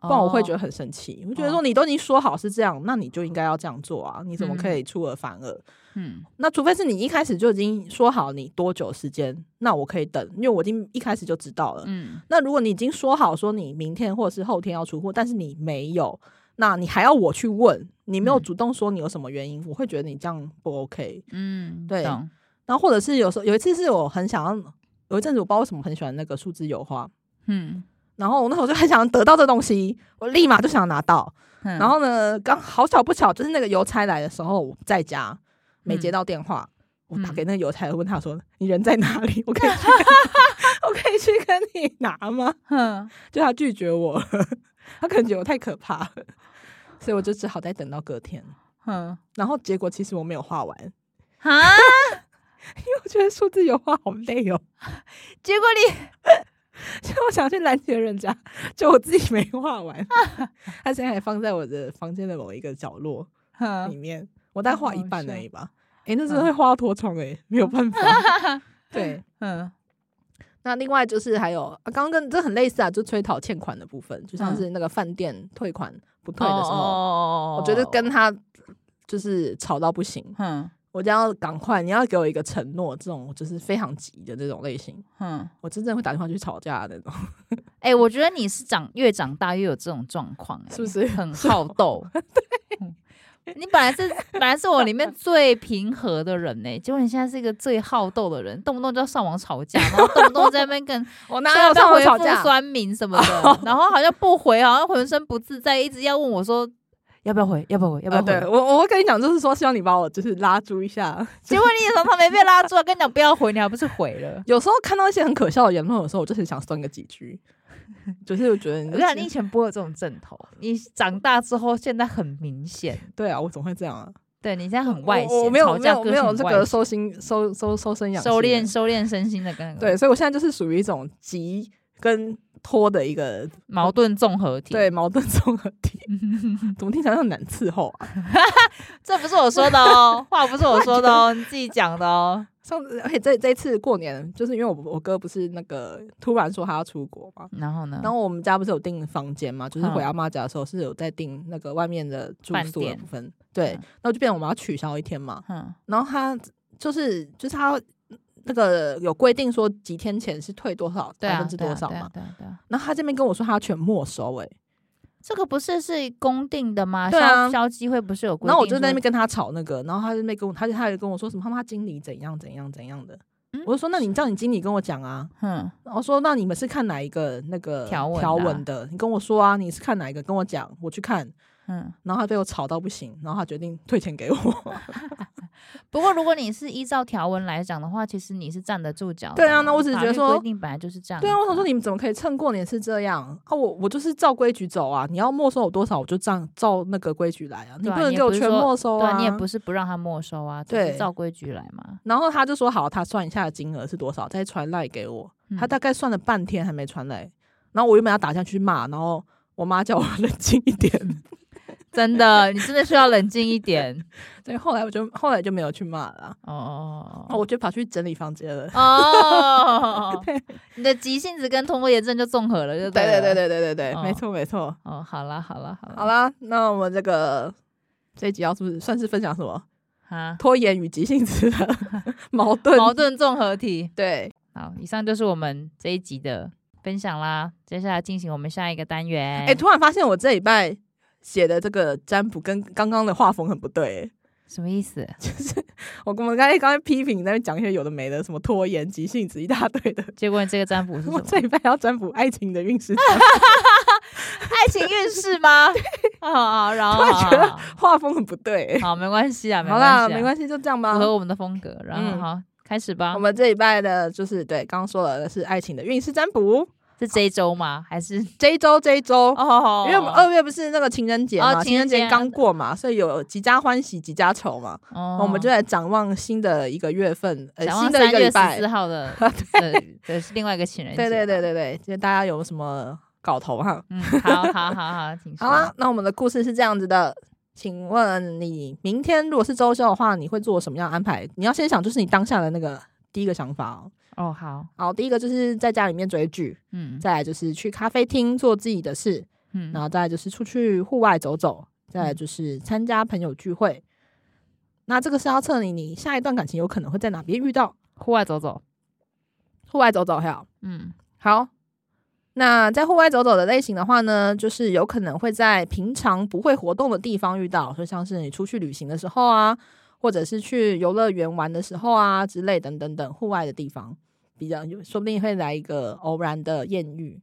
Speaker 1: 不然我会觉得
Speaker 2: 得
Speaker 1: 很生气。我觉得说你都已经说好是这样，那你就应该要这样做啊！你怎么
Speaker 2: 嗯
Speaker 1: 可以出尔反尔？
Speaker 2: 嗯
Speaker 1: 那除非是你一开始就已经说好你多久时间，那我可以等，因为我已经一开始就知道了。
Speaker 2: 嗯，
Speaker 1: 那如果你已经说好说你明天或者是后天要出货，但是你没有，那你还要我去问，你没有
Speaker 2: 嗯
Speaker 1: 主动说你有什么原因，我会觉得你这样不 OK。
Speaker 2: 嗯，
Speaker 1: 对
Speaker 2: 懂
Speaker 1: 然后或者是有时候有一次是我很想要，有一阵子我不知道为什么很喜欢那个数字油画，
Speaker 2: 嗯，
Speaker 1: 然后我那时候就很想得到这东西，我立马就想拿到。
Speaker 2: 然
Speaker 1: 然后呢，刚好巧不巧，就是那个邮差来的时候我在家，没接
Speaker 2: 嗯
Speaker 1: 到电话。我打
Speaker 2: 嗯
Speaker 1: 给那个邮差，问他说：“你人在哪里？我可以去跟你，我可以去跟 你拿吗？”
Speaker 2: 哼，
Speaker 1: 就他拒绝我 了，他可能觉得我太可怕了，所以我就只好再等到隔天。
Speaker 2: 哼，
Speaker 1: 然后结果其实我没有画完， 因
Speaker 2: 啊！
Speaker 1: 为我觉得数字油画好累哦，
Speaker 2: 结果你
Speaker 1: 所以我想去拦截人家，就我自己没画 完。他现在还放在我的房间的某一个角落里
Speaker 2: 哼，
Speaker 1: 面，我大概画一
Speaker 2: 好
Speaker 1: 半
Speaker 2: 笑
Speaker 1: 而已吧。诶，那真的会画到脱窗诶，没有办法。 对，
Speaker 2: 嗯
Speaker 1: 那另外就是还有啊，刚刚跟这很类似啊，就催讨欠款的部分，就像
Speaker 2: 嗯
Speaker 1: 是那个饭店退款不退的时候，
Speaker 2: 候
Speaker 1: 我觉得跟他就是吵到不行，
Speaker 2: 哦哼
Speaker 1: 我就要赶快，你要给我一个承诺，这种就是非常急的这种类型，
Speaker 2: 哼，
Speaker 1: 我真正会打电话去吵架的那种，
Speaker 2: 哎，我觉得你是长越长大越有这种状况，哎
Speaker 1: 是不是？
Speaker 2: 很好斗。 嗯你本来是本来是我里面最平和的人呢、结果你现在是一个最好斗的人，动不动就要上网吵架，然后动不动在那边跟
Speaker 1: 我
Speaker 2: 在那边
Speaker 1: 我
Speaker 2: 回复？酸民什么 的，然后好像不回，好像浑身不自在，一直要问我说要不要回，要不要回，要不
Speaker 1: 啊，
Speaker 2: 要回。
Speaker 1: 对 我，我会跟你讲，就是说，希望你把我就是拉住一下。
Speaker 2: 结果你也常常没被拉住，跟你讲不要回，你还不是回 了？
Speaker 1: 有时候看到一些很可笑的言论的时候，我就很想酸个几句，就是我觉得你
Speaker 2: 我
Speaker 1: 就
Speaker 2: 跟
Speaker 1: 是、
Speaker 2: 你讲，你以前不会有这种阵头，你长大之后现在很明显，
Speaker 1: 对啊，我总会这样啊。
Speaker 2: 对你现在很外
Speaker 1: 我我
Speaker 2: 显，
Speaker 1: 没有
Speaker 2: 吵
Speaker 1: 没
Speaker 2: 架
Speaker 1: 有
Speaker 2: 个
Speaker 1: 没有
Speaker 2: 性
Speaker 1: 这
Speaker 2: 外
Speaker 1: 个
Speaker 2: 显
Speaker 1: 收心收收收身养
Speaker 2: 收
Speaker 1: 性
Speaker 2: 敛收敛身心的跟
Speaker 1: 对，所以我现在就是属于一种急跟拖的一个
Speaker 2: 矛盾综合体。
Speaker 1: 对，矛盾综合 体，怎么听起来很难伺候啊？
Speaker 2: 这不是我说 的哦，话不是我说的哦，你自己讲的哦。
Speaker 1: 上次而且这这次过年，就是因为我我哥不是那个突然说他要出国嘛，
Speaker 2: 然后呢？
Speaker 1: 然后我们家不是有订房间嘛，就是
Speaker 2: 嗯
Speaker 1: 回阿妈家的时候是有在订那个外面的住
Speaker 2: 饭
Speaker 1: 宿的
Speaker 2: 店
Speaker 1: 部分，对，
Speaker 2: 嗯
Speaker 1: 然后就变成我们要取消一天嘛，
Speaker 2: 嗯
Speaker 1: 然后他就是就是他。那个有规定说几天前是退多少
Speaker 2: 对
Speaker 1: 百
Speaker 2: 啊，
Speaker 1: 分之多少
Speaker 2: 对
Speaker 1: 嘛
Speaker 2: 啊？？对啊，对啊。
Speaker 1: 然后他这边跟我说他全没收哎、
Speaker 2: 这个不是是公定的吗？
Speaker 1: 对啊
Speaker 2: 消消基会不是有规定？
Speaker 1: 然后我就在那边，跟他吵那个，然后他就那边跟我，他就他就跟我说什么他妈经理怎样怎样怎样的，
Speaker 2: 嗯
Speaker 1: 我就说那你叫你经理跟我讲啊，
Speaker 2: 嗯，
Speaker 1: 然后说那你们是看哪一个那个
Speaker 2: 条文的啊
Speaker 1: 条文的，你跟我说啊，你是看哪一个，跟我讲，我去看。
Speaker 2: 嗯，
Speaker 1: 然后他被我吵到不行，然后他决定退钱给我。
Speaker 2: 不不过如果你是依照条文来讲的话，其实你是站得住脚的。
Speaker 1: 对啊那我只是
Speaker 2: 法
Speaker 1: 觉得
Speaker 2: 律
Speaker 1: 说
Speaker 2: 规定本来就是这 样。
Speaker 1: 对啊，我想说，你们怎么可以趁过年是这样啊？我我就是照规矩走啊，你要没收我多少，我就照照那个规矩来啊，你
Speaker 2: 对啊
Speaker 1: 不能
Speaker 2: 你也
Speaker 1: 给我
Speaker 2: 不是
Speaker 1: 全
Speaker 2: 说
Speaker 1: 没收
Speaker 2: 对
Speaker 1: 啊。
Speaker 2: 啊，你也不是不让他没收啊，只
Speaker 1: 对
Speaker 2: 是照规矩来嘛。
Speaker 1: 然后他就说好，他算一下金额是多少，再传赖给我。
Speaker 2: 嗯
Speaker 1: 他大概算了半天还没传来，然后我原本要打下去骂，然后我妈叫我 冷静一点。
Speaker 2: 嗯真的， 你真的需要冷静一点。
Speaker 1: 对，后来我就后来就没有去骂了啊，
Speaker 2: 哦哦
Speaker 1: 然后我就跑去整理房间了。
Speaker 2: 哦 哦，你的急性子跟通过炎症就综合了，就
Speaker 1: 对对
Speaker 2: 了
Speaker 1: 对。对对对对，
Speaker 2: 哦
Speaker 1: 没错没错。
Speaker 2: 哦，好啦好啦好啦，
Speaker 1: 好啦，那我们这个这一集要是不是算是分享什么
Speaker 2: 啊，
Speaker 1: 拖延与急性子 的矛盾？
Speaker 2: 矛盾综合体。
Speaker 1: 对，
Speaker 2: 好，以上就是我们这一集的分享啦。接下来进行我们下一个单元。
Speaker 1: 哎、突然发现我这礼拜写的这个占卜跟刚刚的画风很不对、欸
Speaker 2: 什么意思？
Speaker 1: 我我们刚才刚才批评，在那边讲一些有的没的，什么拖延、急性子一大堆的。
Speaker 2: 结果你这个占卜是什么
Speaker 1: 我？这礼拜要占卜爱情的运势，
Speaker 2: 爱情运势 吗？好好，然后
Speaker 1: 突然觉得
Speaker 2: 好好
Speaker 1: 画风很不对、欸
Speaker 2: 好，没关系啊，
Speaker 1: 好啦，没
Speaker 2: 没系
Speaker 1: 关系，就这样
Speaker 2: 啊，
Speaker 1: 吧
Speaker 2: 符。合我们的啊风格。然后
Speaker 1: 嗯
Speaker 2: 好，开始吧
Speaker 1: 我。们这礼拜的就是对，刚刚说了的是爱情的运势占卜，
Speaker 2: 是这一周吗？还是
Speaker 1: 这一周这一周。
Speaker 2: 哦
Speaker 1: 因为我们二月不是那个情人节嘛，
Speaker 2: 哦
Speaker 1: 情
Speaker 2: 情
Speaker 1: 人
Speaker 2: 人节
Speaker 1: 节刚过嘛，所以有几家欢喜几家愁嘛，
Speaker 2: 哦
Speaker 1: 那我们就来展望新的一个月份，呃，
Speaker 2: 展
Speaker 1: 新
Speaker 2: 望
Speaker 1: 的
Speaker 2: 三
Speaker 1: 一个礼
Speaker 2: 月十
Speaker 1: 拜
Speaker 2: 四，号 的，对对，是另外一个情人节。
Speaker 1: 对对对，对对，就大家有什么搞头哈？
Speaker 2: 嗯，好好好好， 请说。
Speaker 1: 好啊啦，那我们的故事是这样子的，请问你明天如果是周休的话，你会做什么样的安排？你要先想就是你当下的那个第一个想法哦。
Speaker 2: 哦，好，
Speaker 1: 好，第一个就是在家里面追剧，
Speaker 2: 嗯
Speaker 1: 再来就是去咖啡厅做自己的事，
Speaker 2: 嗯
Speaker 1: 然，后再来就是出去户外走走，再来就是参加朋友聚会。那这个是要测你你下一段感情有可能会在哪边遇到，
Speaker 2: 户外走走，
Speaker 1: 户外走走还好。
Speaker 2: 嗯
Speaker 1: 好，那在户外走走的类型的话呢，就是有可能会在平常不会活动的地方遇到，就像是你出去旅行的时候啊，或者是去游乐园玩的时候啊之类等等等户外的地方。比较有，说不定会来一个偶然的艳遇。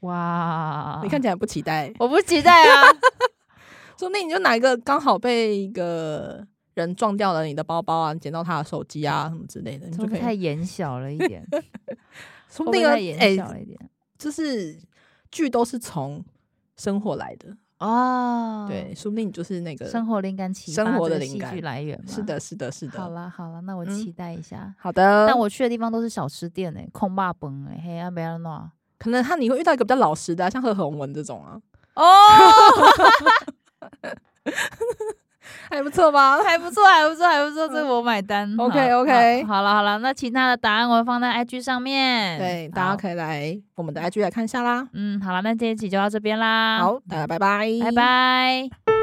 Speaker 2: 哇，
Speaker 1: 你看，起来不期待，
Speaker 2: 我不期待啊，
Speaker 1: 说不定你就哪一个刚好被一个人撞掉了你的包包啊，捡到他的手机啊什么之类的，你
Speaker 2: 这
Speaker 1: 就
Speaker 2: 不
Speaker 1: 可
Speaker 2: 太
Speaker 1: 以。
Speaker 2: 眼小了一点，
Speaker 1: 说不
Speaker 2: 会
Speaker 1: 定
Speaker 2: 不
Speaker 1: 啊
Speaker 2: 会太
Speaker 1: 哎、
Speaker 2: 眼小了一点
Speaker 1: 就是剧都是从生活来的，
Speaker 2: 哦，
Speaker 1: 对，，说不定你就是那个
Speaker 2: 生活灵感启发
Speaker 1: 生活的
Speaker 2: 这个
Speaker 1: 灵感
Speaker 2: 戏剧来源嘛，
Speaker 1: 是，的，是的，是的。
Speaker 2: 好啦好啦，那我
Speaker 1: 嗯
Speaker 2: 期待一下。
Speaker 1: 好的，
Speaker 2: 但我去的地方都是小吃店诶，控霸崩哎啊诶，黑暗没安诺。
Speaker 1: 可能他你会遇到一个比较老实的啊、像贺宏文这种啊，
Speaker 2: 哦，
Speaker 1: 还不错 吧？
Speaker 2: 还不错，还不错，还不错，这个我买单。好
Speaker 1: OK，OK
Speaker 2: 好好了好了，那其他的答案我会放在 IG 上面。
Speaker 1: 对，大家
Speaker 2: 好
Speaker 1: 可以来我们的 IG 来看一下啦。
Speaker 2: 嗯，好了，那这一期就到这边啦。
Speaker 1: 好，，大家拜拜，
Speaker 2: 拜。拜。